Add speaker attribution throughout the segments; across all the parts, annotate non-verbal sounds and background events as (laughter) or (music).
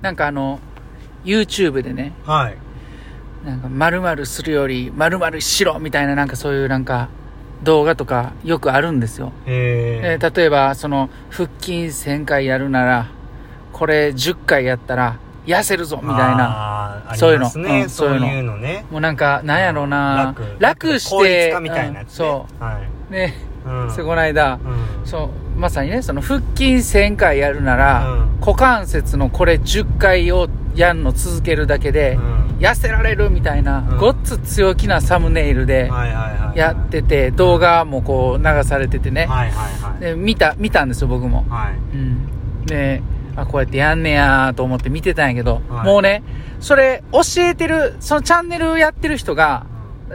Speaker 1: なんかあの、YouTube でね、
Speaker 2: はい。
Speaker 1: なんか〇〇するより〇〇しろみたいななんかそういうなんか動画とかよくあるんですよ。え
Speaker 2: えー、
Speaker 1: ー例えば、その、腹筋1000回やるなら、これ10回やったら痩せるぞみたいな。
Speaker 2: な
Speaker 1: そういうの
Speaker 2: ね、
Speaker 1: うん
Speaker 2: そ
Speaker 1: そうういうの
Speaker 2: いうのね。
Speaker 1: もうなんか、なんやろうな
Speaker 2: 楽
Speaker 1: 楽し
Speaker 2: 効率
Speaker 1: て、
Speaker 2: 化みたいなやつ、
Speaker 1: うん
Speaker 2: ね
Speaker 1: そ
Speaker 2: は
Speaker 1: う。ね、
Speaker 2: い。うん。
Speaker 1: そうこの間、
Speaker 2: うん。
Speaker 1: そう、まさにね、その腹筋1000回やるなら、
Speaker 2: うん
Speaker 1: 股関節のこれ10回をやんの続けるだけで、
Speaker 2: うん
Speaker 1: 痩せられるみたいな、
Speaker 2: うん
Speaker 1: ごっつ強気なサムネイルで
Speaker 2: はいはいはいはい。
Speaker 1: やってて、動画もこう流されててね、
Speaker 2: はいはいはい。
Speaker 1: で見た、見たんですよ、僕も。
Speaker 2: はい。
Speaker 1: うん。で、あ、こうやってやんねやーと思って見てたんやけど、
Speaker 2: はい
Speaker 1: もうね、それ教えてる、そのチャンネルやってる人が、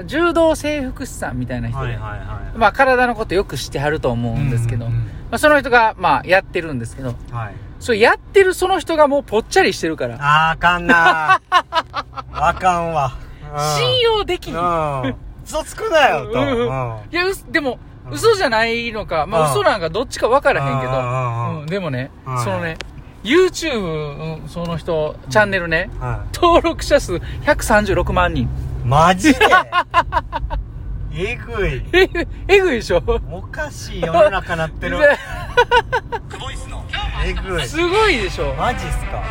Speaker 1: 柔道整復師さんみたいな人で、
Speaker 2: はいはいはい。
Speaker 1: まあ体のことよく知ってはると思うんですけど、
Speaker 2: うんうん
Speaker 1: まあ、その人が、まあやってるんですけど、
Speaker 2: うんはい。
Speaker 1: それやってるその人がもうぽっちゃりしてるから、
Speaker 2: あーあかんなー。あかんわ。
Speaker 1: 信用できひん。
Speaker 2: 用うん。嘘つくなよ、と。
Speaker 1: うん
Speaker 2: うん。
Speaker 1: いや、うすでも
Speaker 2: う、ん
Speaker 1: 嘘じゃないのか、ま
Speaker 2: うん
Speaker 1: あ嘘なんかどっちか分からへんけ
Speaker 2: うんうんうん
Speaker 1: ど、うん、でもね
Speaker 2: はい、
Speaker 1: そのね、YouTube、うんその人、チャンネルね、
Speaker 2: は
Speaker 1: 登録者数136万人。
Speaker 2: い。マジで (laughs) えぐい。
Speaker 1: えぐ、えぐいでしょ。
Speaker 2: おかしい世の中なってる。えぐい
Speaker 1: すごいでしょ
Speaker 2: マジっすか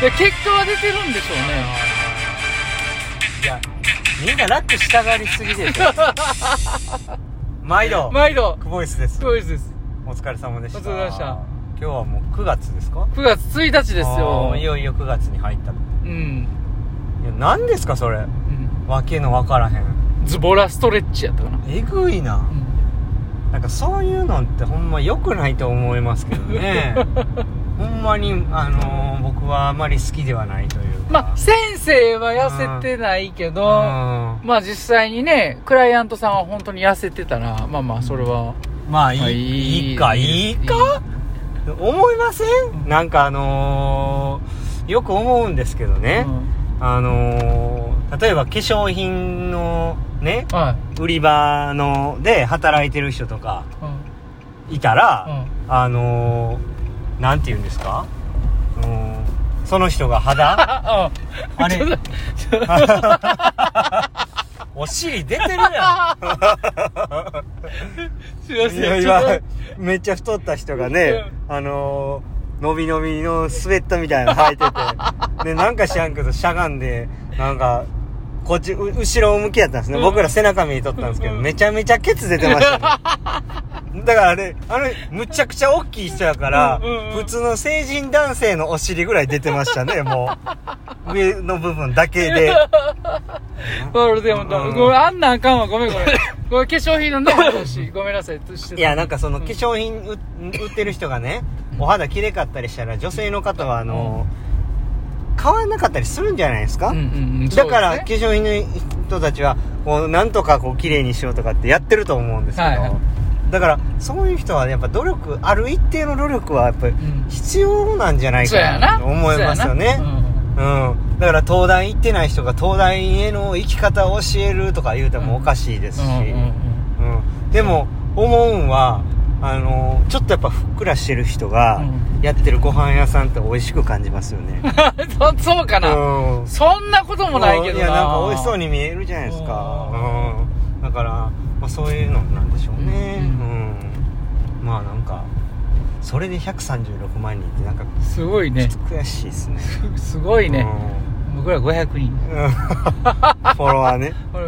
Speaker 1: で、結果は出てるんでしょうね。
Speaker 2: いや、みんな楽したがりす
Speaker 1: (laughs)
Speaker 2: ぎでしょ。毎度、
Speaker 1: 毎度、
Speaker 2: クボイスです
Speaker 1: す。ごいです。
Speaker 2: お疲れ様でした。
Speaker 1: お疲れ様でした
Speaker 2: 今日はもう9月ですか
Speaker 1: 9月1日です
Speaker 2: あ
Speaker 1: よ
Speaker 2: ー。いよいよ9月に入ったの。
Speaker 1: うん。
Speaker 2: いや、何ですかそれ。
Speaker 1: うん
Speaker 2: わけのわからへん。
Speaker 1: ズボラストレッチやったかな。
Speaker 2: えぐいな
Speaker 1: う。ん
Speaker 2: なんかそういうのってほんま良くないと思いますけど
Speaker 1: (laughs)
Speaker 2: ね。ほんまに、あのー僕はあまり好きではないというか。
Speaker 1: まあ、先生は痩せてないけど、
Speaker 2: うん
Speaker 1: まあ実際にね、クライアントさんは本当に痩せてたら、まあまあそれは。
Speaker 2: まあ、
Speaker 1: まあ
Speaker 2: いい、いいか、いいか思いませんなんかあのー、よく思うんですけど
Speaker 1: う
Speaker 2: ね。
Speaker 1: ん
Speaker 2: あのー、例えば化粧品のね、
Speaker 1: はい。
Speaker 2: 売り場ので働いてる人とか
Speaker 1: うん
Speaker 2: いたら、あのー、なんて言うんですかうーんその人が (laughs) 肌
Speaker 1: あ、うん。
Speaker 2: あれ
Speaker 1: ちょっとちょっと
Speaker 2: お尻出てるや
Speaker 1: すいま
Speaker 2: ん
Speaker 1: せ
Speaker 2: いや
Speaker 1: ん。
Speaker 2: い
Speaker 1: ちょっと
Speaker 2: やめっちゃ太った人がね、あのー、のびのびのスウェットみたいなの履
Speaker 1: (laughs)
Speaker 2: いてて、で、なんか知らんけど、しゃがんで、なんか、こっち、う後ろ向きやったんですね。
Speaker 1: うん
Speaker 2: 僕ら背中見とったんですけど、めちゃめちゃケツ出てました
Speaker 1: (laughs)
Speaker 2: ね。だからあれ、あれ、むちゃくちゃ大きい人やから、
Speaker 1: うんうんうん
Speaker 2: 普通の成人男性のお尻ぐらい出てましたね、もう。上の部分だけ
Speaker 1: (laughs)
Speaker 2: で。
Speaker 1: これでも、
Speaker 2: うん
Speaker 1: ごめん、あんなんあかんわ。ごめん、
Speaker 2: (laughs)
Speaker 1: ごめん。ごめん、化粧品のね、私、ごめんなさい。してた
Speaker 2: いや、なんかその化粧品う売ってる人がね、お肌綺麗かったりしたら、女性の方はあの、買わなかったりするんじゃないですか、
Speaker 1: うんうんうん。
Speaker 2: だから、
Speaker 1: そう
Speaker 2: 化
Speaker 1: ですね
Speaker 2: 粧品の人たちは、こう、なんとかこう、綺麗にしようとかってやってると思うんですけど、
Speaker 1: はいはい
Speaker 2: だから、そういう人はやっぱ努力、ある一定の努力はやっぱり
Speaker 1: ん
Speaker 2: 必要なんじゃない
Speaker 1: そう
Speaker 2: か
Speaker 1: や
Speaker 2: な
Speaker 1: な。
Speaker 2: と思いますよね。
Speaker 1: そうやなうん
Speaker 2: うん、だから東大行ってない人が東大への生き方を教えるとか言うてもおかしいですし、
Speaker 1: うんうん
Speaker 2: うん、でも思うんはあのちょっとやっぱふっくらしてる人が
Speaker 1: う
Speaker 2: やってるご飯屋さんって美味しく感じますよ
Speaker 1: (laughs)
Speaker 2: ね、
Speaker 1: うんそそうかな。
Speaker 2: うん
Speaker 1: そんなこともないけどな。
Speaker 2: やなんか美味しそうに見えるじゃないですか、うん、だから、まあ、そういうのなんでしょうね、
Speaker 1: う
Speaker 2: う
Speaker 1: ん
Speaker 2: まあなんかそれで136万人ってなんか
Speaker 1: すごいね。
Speaker 2: 悔しいですね
Speaker 1: すごいね。
Speaker 2: うん
Speaker 1: 僕ら500人。
Speaker 2: うんフォロワ
Speaker 1: (laughs)
Speaker 2: ーね。
Speaker 1: これ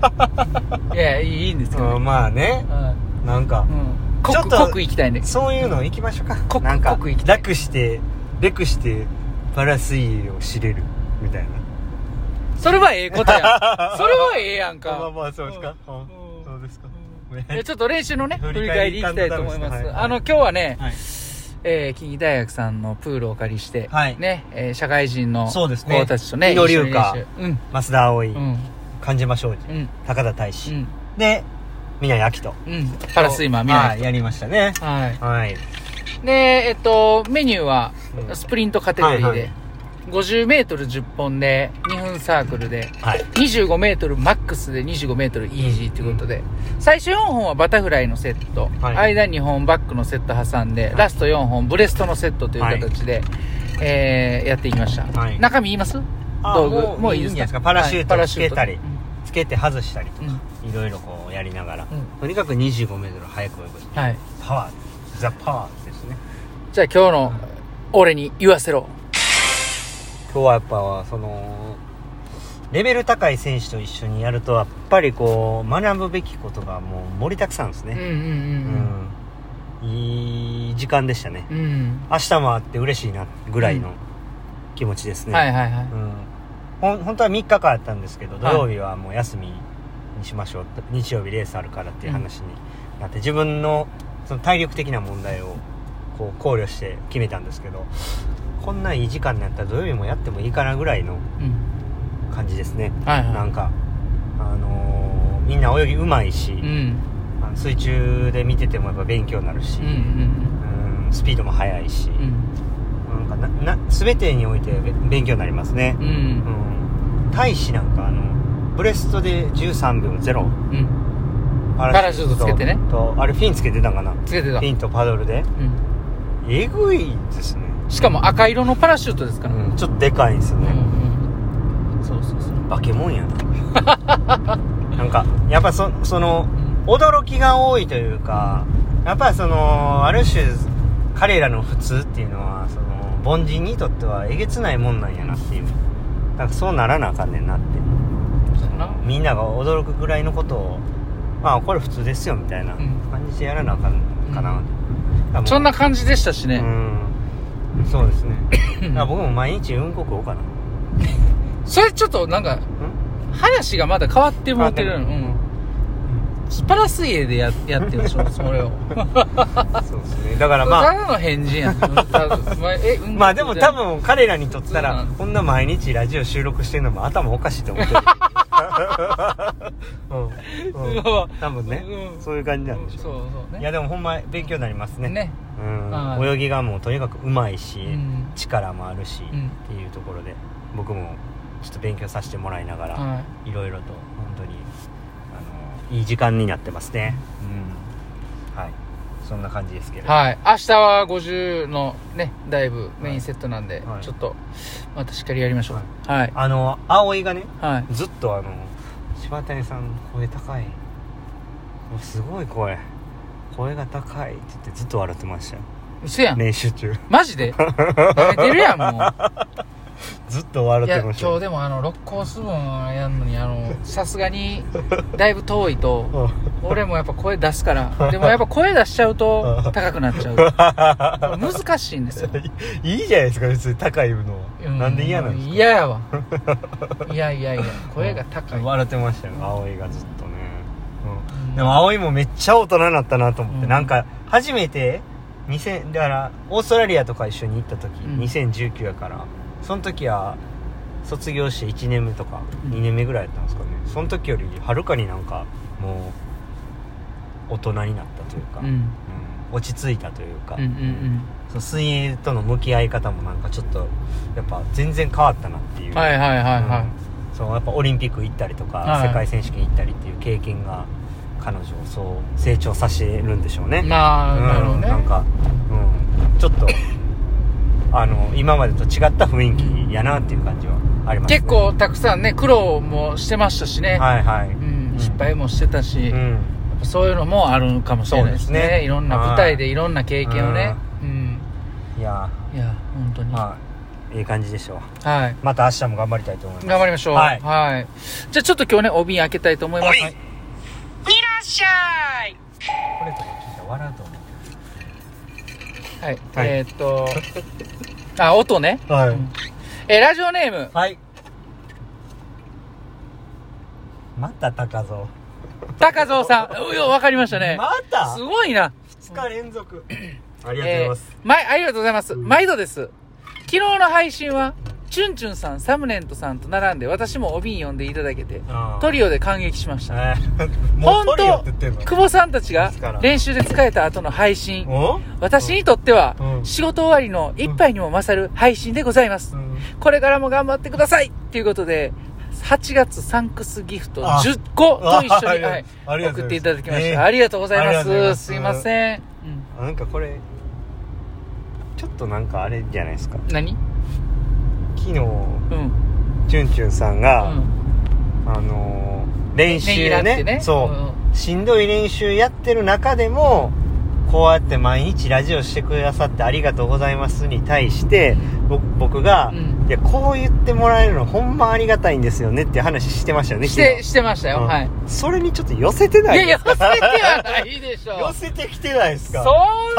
Speaker 1: 500人。いや、いいいいんですけ
Speaker 2: う
Speaker 1: ど
Speaker 2: ん、
Speaker 1: ね。
Speaker 2: まあね、
Speaker 1: うん
Speaker 2: なんか、
Speaker 1: うん濃
Speaker 2: ちょっ
Speaker 1: く、
Speaker 2: と
Speaker 1: 濃く行きたいね。
Speaker 2: そういうの行きましょうか。
Speaker 1: 濃く
Speaker 2: なんか
Speaker 1: 濃く行、きたい
Speaker 2: 楽して、楽して、パラ水泳を知れる、みたいな。
Speaker 1: それはええことやん。
Speaker 2: (laughs)
Speaker 1: それはええやんか。
Speaker 2: まあまあ、そうですか。
Speaker 1: うん
Speaker 2: うんそうですか。
Speaker 1: う
Speaker 2: ね
Speaker 1: んいやちょっと練習のね、
Speaker 2: 振
Speaker 1: 振
Speaker 2: り
Speaker 1: り
Speaker 2: 返
Speaker 1: 返
Speaker 2: り
Speaker 1: りいきたいと思いま
Speaker 2: 簡単な
Speaker 1: す。
Speaker 2: 話
Speaker 1: あの、今日はね、
Speaker 2: はい
Speaker 1: えー、近畿大学さんのプールをお借りして、
Speaker 2: はい
Speaker 1: ね、えー社会人の
Speaker 2: そうですね
Speaker 1: 子たちとね、
Speaker 2: 井上か
Speaker 1: 一緒に練
Speaker 2: 増田葵、
Speaker 1: 習うん、
Speaker 2: 感じましょう。
Speaker 1: うん、うん、
Speaker 2: 高田大志。
Speaker 1: うん、
Speaker 2: で、宮城秋人。
Speaker 1: うん、パラスイマー、見
Speaker 2: は
Speaker 1: ない
Speaker 2: い、やりましたね。
Speaker 1: 人。はい。
Speaker 2: はい。
Speaker 1: で、えっと、メニューは
Speaker 2: う、ん
Speaker 1: スプリントカテゴリーで、
Speaker 2: はいはい
Speaker 1: 50メートル10本で、2分サークルで、
Speaker 2: はい。
Speaker 1: 25メートルマックスで25メートルイージーということで、最初4本はバタフライのセット、
Speaker 2: はい
Speaker 1: 間2本バックのセット挟んで、ラスト4本ブレストのセットという形で、えー、やっていきました、
Speaker 2: はい
Speaker 1: 中身言います
Speaker 2: あ
Speaker 1: 道具
Speaker 2: もう
Speaker 1: もう
Speaker 2: い
Speaker 1: い
Speaker 2: い
Speaker 1: い
Speaker 2: ん
Speaker 1: で
Speaker 2: じ
Speaker 1: す
Speaker 2: ゃ
Speaker 1: か
Speaker 2: ないですかパラシュ
Speaker 1: はい
Speaker 2: ートつけたり、つけて外したりと
Speaker 1: う
Speaker 2: か
Speaker 1: ん、
Speaker 2: いろいろこうやりながら、
Speaker 1: うん
Speaker 2: とにかく25メートル早く泳ぐ
Speaker 1: はい
Speaker 2: パワーザパワーですね
Speaker 1: じゃあ今日の俺に言わせろ
Speaker 2: 今日はやっぱそのレベル高い選手と一緒にやるとやっぱりこう学ぶべきことがもう盛りだくさんです
Speaker 1: うんう
Speaker 2: ね、
Speaker 1: ん
Speaker 2: うんいい時間でしたね
Speaker 1: うんうんうん
Speaker 2: 明日もあって嬉しいなぐらいの気持ちですね、
Speaker 1: はいはいはい
Speaker 2: うん、ほん本当は3日間やったんですけど土曜日はもう休みにしましょうと日曜日レースあるからっていう話になって、自分のその体力的な問題をこう考慮して決めたんですけどこんないい時間になったら土曜日もやってもいいかなぐらいの
Speaker 1: うん
Speaker 2: 感じですね
Speaker 1: はいはい
Speaker 2: なんかあのーみんな泳ぎうまいし、
Speaker 1: うん
Speaker 2: あの水中で見ててもやっぱ勉強になるし、
Speaker 1: うんうん
Speaker 2: うんスピードも速いし、なんかなな全てにおいてべ勉強になりますね
Speaker 1: うんうん
Speaker 2: うん大使なんかあのブレストで13秒0
Speaker 1: うんうん
Speaker 2: パ
Speaker 1: ラシュートつけてね
Speaker 2: とあれフィンつけてたんかなフ
Speaker 1: つけてた
Speaker 2: ィンとパドルで
Speaker 1: うん
Speaker 2: えぐいですね、
Speaker 1: しかも赤色のパラシュートですから
Speaker 2: ちょっとでかいんですよ
Speaker 1: うん
Speaker 2: ね、
Speaker 1: うんそうそうそう
Speaker 2: 化け物やな (laughs) なんかやっぱそその
Speaker 1: うん
Speaker 2: 驚きが多いというかやっぱりそのある種彼らの普通っていうのはその凡人にとってはえげつないもんなんやなっていうなんかそうならなあかんねんなって
Speaker 1: そうやな
Speaker 2: みんなが驚くぐらいのことをまあこれ普通ですよみたいな感じでやらなあかんかな、だからもう
Speaker 1: そんな感じでしたし
Speaker 2: う
Speaker 1: ね
Speaker 2: んそうで
Speaker 1: (coughs)
Speaker 2: すね
Speaker 1: う
Speaker 2: だから
Speaker 1: ん
Speaker 2: 僕も毎日うんこ食おうかな
Speaker 1: それちょっとなんか (laughs) 話がまだ変わってもうてる
Speaker 2: 変
Speaker 1: う
Speaker 2: わってる
Speaker 1: んパラ水泳でややってるでしょそれ
Speaker 2: (laughs)
Speaker 1: を
Speaker 2: そうですねだからまあ
Speaker 1: ただの変人やんえうん
Speaker 2: まあでも多分彼らにとった
Speaker 1: そうな
Speaker 2: ら
Speaker 1: ん
Speaker 2: こんな毎日ラジオ収録してるのも頭おかしいと思って
Speaker 1: (laughs)
Speaker 2: る、 (laughs) うんうん、多分ね、
Speaker 1: うん
Speaker 2: そういう感じ
Speaker 1: う
Speaker 2: なん
Speaker 1: ん
Speaker 2: でしょ
Speaker 1: そうそう
Speaker 2: い
Speaker 1: ね
Speaker 2: やでもほんま勉強になりますね
Speaker 1: ね
Speaker 2: うん
Speaker 1: はい
Speaker 2: 泳ぎがもうとにかくうまいし、
Speaker 1: うん
Speaker 2: 力もあるし、
Speaker 1: うん
Speaker 2: っていうところで僕もちょっと勉強させてもらいながら、
Speaker 1: はい
Speaker 2: ろいろと本当にあのいい時間になってますね、うん、はいそんな感じですけ
Speaker 1: い
Speaker 2: ど、
Speaker 1: はい明日は50のねだいぶメインセットなんで
Speaker 2: はい
Speaker 1: ちょっとまたしっかりやりましょうはい
Speaker 2: あの葵がね
Speaker 1: はい
Speaker 2: ずっとあの柴谷さん声高いもうすごい声声が高いって言ってずっと笑ってましたよ
Speaker 1: 嘘やん
Speaker 2: 練習中
Speaker 1: マジで慣れてるやんもう
Speaker 2: ずっと笑
Speaker 1: い
Speaker 2: っ
Speaker 1: や
Speaker 2: て
Speaker 1: 今
Speaker 2: ました
Speaker 1: 日でもあの六甲ス分やんのにあ
Speaker 2: (laughs)
Speaker 1: のさすがにだいぶ遠いと
Speaker 2: うん
Speaker 1: 俺もやっぱ声出すからでもやっぱ声出しちゃう
Speaker 2: (laughs)
Speaker 1: と高くなっちゃうこれ難しいんですよ
Speaker 2: いいじゃないですか別に高いのは、
Speaker 1: う
Speaker 2: (laughs) なんで嫌なんですか
Speaker 1: 嫌やわいやいやいや声が高い
Speaker 2: 笑ってましたよ葵がずっとね、うん
Speaker 1: うん
Speaker 2: でも葵もめっちゃ大人になったなと思って、
Speaker 1: うん
Speaker 2: なんか初めて2000だからオーストラリアとか一緒に行った時、
Speaker 1: うん
Speaker 2: 2019やからその時は卒業して1年目とか
Speaker 1: うん
Speaker 2: 2年目ぐらいやったんですかね、その時よりはるかになんかもう大人になったというか、
Speaker 1: うん
Speaker 2: うん落ち着いたというか、
Speaker 1: うんうん
Speaker 2: その水泳との向き合い方もなんかちょっとやっぱ全然変わったなっていう
Speaker 1: うんはいはいはいは
Speaker 2: うんそうやっぱオリンピック行ったりとか、
Speaker 1: はい
Speaker 2: 世界選手権行ったりっていう経験が彼女をそう成長させるんでしょうね
Speaker 1: いまあなるほ
Speaker 2: う
Speaker 1: ど
Speaker 2: ん、
Speaker 1: ね
Speaker 2: なんか、うん、ちょっ
Speaker 1: (laughs)
Speaker 2: とあの今までと違った雰囲気やなっていう感じはありますね
Speaker 1: 結構たくさんね苦労もしてましたしね
Speaker 2: はいはい、う
Speaker 1: うんん失敗もしてたしやっぱそういうのもあるかもしれないです
Speaker 2: そうです
Speaker 1: ね
Speaker 2: ね
Speaker 1: いろんな舞台でいろんな経験をねうん
Speaker 2: いや
Speaker 1: いや本当に
Speaker 2: ー
Speaker 1: は
Speaker 2: はいいい感じでしょう
Speaker 1: い
Speaker 2: また明日も頑張りたいと思います
Speaker 1: 頑張りましょう
Speaker 2: はい
Speaker 1: じゃあちょっと今日ねお瓶開けたいと思います
Speaker 2: お瓶
Speaker 1: いらっしゃい
Speaker 2: これとか聞いたら笑うと思
Speaker 1: はい、
Speaker 2: はい
Speaker 1: えーっとあ音ね
Speaker 2: うはい、
Speaker 1: んえーラジオネーム
Speaker 2: はい。また高蔵。
Speaker 1: 高蔵さん
Speaker 2: (laughs)
Speaker 1: うんよわかりましたね
Speaker 2: また
Speaker 1: すごいな
Speaker 2: 二日連続。あ
Speaker 1: あ
Speaker 2: りがとうございます。
Speaker 1: まありがとうございます毎度です昨日の配信はチュンチュンさんサムネントさんと並んで私もお瓶読んでいただけてト
Speaker 2: リ
Speaker 1: リオで感激しました
Speaker 2: もうト
Speaker 1: 本当
Speaker 2: リオって言ってんの
Speaker 1: 久保さんたちが
Speaker 2: ですから
Speaker 1: 練習で使えた後の配信
Speaker 2: お
Speaker 1: 私にとっては
Speaker 2: うん
Speaker 1: 仕事終わりの一杯にも勝る配信でございます、
Speaker 2: うん
Speaker 1: これからも頑張ってくださいということで8月サンクスギフト
Speaker 2: あ
Speaker 1: 10個と一緒に、
Speaker 2: あ
Speaker 1: はい
Speaker 2: ありがとう
Speaker 1: 送
Speaker 2: ございます
Speaker 1: っていただきました、
Speaker 2: ええ
Speaker 1: ありがとうござい
Speaker 2: あり
Speaker 1: ま
Speaker 2: が
Speaker 1: す
Speaker 2: とうございます
Speaker 1: すいません、
Speaker 2: なんかこれ、ちょっとなんかあれじゃないですか
Speaker 1: 何
Speaker 2: 昨日
Speaker 1: うん
Speaker 2: チュンチュンさん
Speaker 1: う
Speaker 2: が、
Speaker 1: ん
Speaker 2: あのー練習
Speaker 1: ねぎらっ
Speaker 2: ね
Speaker 1: てね
Speaker 2: そう、しんどい練習やってる中でもこうやって毎日ラジオしてくださってありがとうございますに対して僕僕が、
Speaker 1: うん
Speaker 2: いやこう言ってもらえるのほんまありがたいんですよねっていう話してましたよね
Speaker 1: して
Speaker 2: 昨
Speaker 1: してました
Speaker 2: 日
Speaker 1: よ、
Speaker 2: うん
Speaker 1: はいい
Speaker 2: それにちょっと寄せてない
Speaker 1: やい
Speaker 2: で
Speaker 1: や
Speaker 2: す
Speaker 1: 寄せてはないでし
Speaker 2: (laughs)
Speaker 1: ょ
Speaker 2: か寄せてきてないです
Speaker 1: そ
Speaker 2: か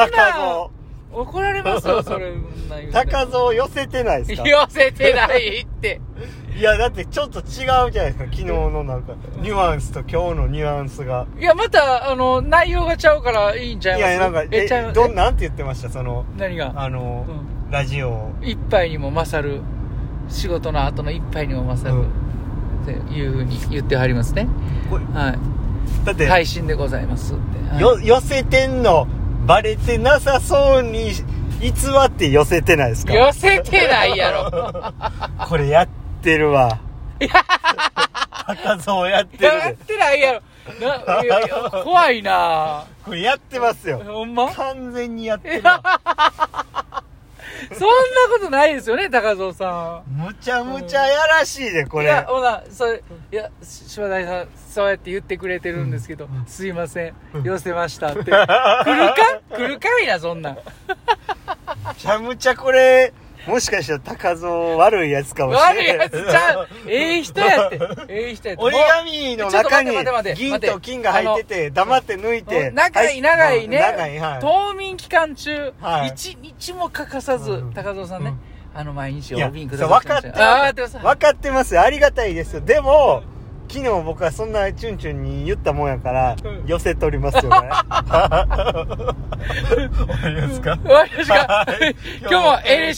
Speaker 1: んな
Speaker 2: 高
Speaker 1: 怒られますよそれそんな言う
Speaker 2: 蔵
Speaker 1: たら
Speaker 2: 高蔵寄せてないですか
Speaker 1: 寄せてない
Speaker 2: (laughs)
Speaker 1: って
Speaker 2: いやだってちょっと違うじゃないですか昨日のなんかニュアンスと今日のニュアンスが
Speaker 1: いやまたあの内容がちゃうからいいんちゃい
Speaker 2: い
Speaker 1: ます
Speaker 2: やなんか
Speaker 1: えちゃ
Speaker 2: え
Speaker 1: う
Speaker 2: ど
Speaker 1: え
Speaker 2: んなんて言ってましたその
Speaker 1: 何が
Speaker 2: あの、
Speaker 1: う
Speaker 2: ラジオ
Speaker 1: 一杯にも勝る仕事の後の一杯にも勝る、
Speaker 2: うん
Speaker 1: っていうふうに言ってはりますね
Speaker 2: これ
Speaker 1: は
Speaker 2: だっ
Speaker 1: い
Speaker 2: て、
Speaker 1: 配信でございますって、はい
Speaker 2: よ寄せてんのバレてなさそうに偽って寄せてないですか
Speaker 1: 寄せてないや
Speaker 2: (laughs)
Speaker 1: ろ
Speaker 2: これやってるわ高蔵やってる
Speaker 1: やっ
Speaker 2: で
Speaker 1: てないやろないやいや怖いな
Speaker 2: これやってますよ
Speaker 1: ほんま
Speaker 2: 完全にやってるわ
Speaker 1: そんなことないですよね、高蔵さ
Speaker 2: (laughs) むちゃむちゃやらしいで
Speaker 1: ん。
Speaker 2: こ
Speaker 1: いや、
Speaker 2: れ
Speaker 1: ほな、それ、いや、し柴田さん、そうやって言ってくれてるんですけど、すいません、寄せま
Speaker 2: (laughs)
Speaker 1: したって。来るか来るかいな、そんなん。
Speaker 2: むちゃむちゃこれもしかしたら高蔵悪いやつかもし
Speaker 1: 悪い
Speaker 2: れない
Speaker 1: やつちゃう。ええ人やって。ええ人やって。
Speaker 2: (laughs) 折り紙の中に
Speaker 1: ちょっと待って待って
Speaker 2: 銀
Speaker 1: 待って
Speaker 2: と金が入ってて黙って抜い
Speaker 1: も
Speaker 2: て
Speaker 1: う長い長いね、
Speaker 2: は長いはい
Speaker 1: 冬眠期間中、
Speaker 2: はい
Speaker 1: 一日も欠かさず、
Speaker 2: うん
Speaker 1: 高蔵さんね、あの毎日
Speaker 2: いや
Speaker 1: お瓶くだ
Speaker 2: そう
Speaker 1: さ
Speaker 2: 分
Speaker 1: い
Speaker 2: かって
Speaker 1: あ分かってます
Speaker 2: 分かってますありがたいですよでも昨日僕はそんなチュンチュンに言ったもんやから、
Speaker 1: うん
Speaker 2: 寄せとります
Speaker 1: (laughs)
Speaker 2: よ (laughs) ね終わりですか
Speaker 1: 終わりました
Speaker 2: はい
Speaker 1: 今日もええ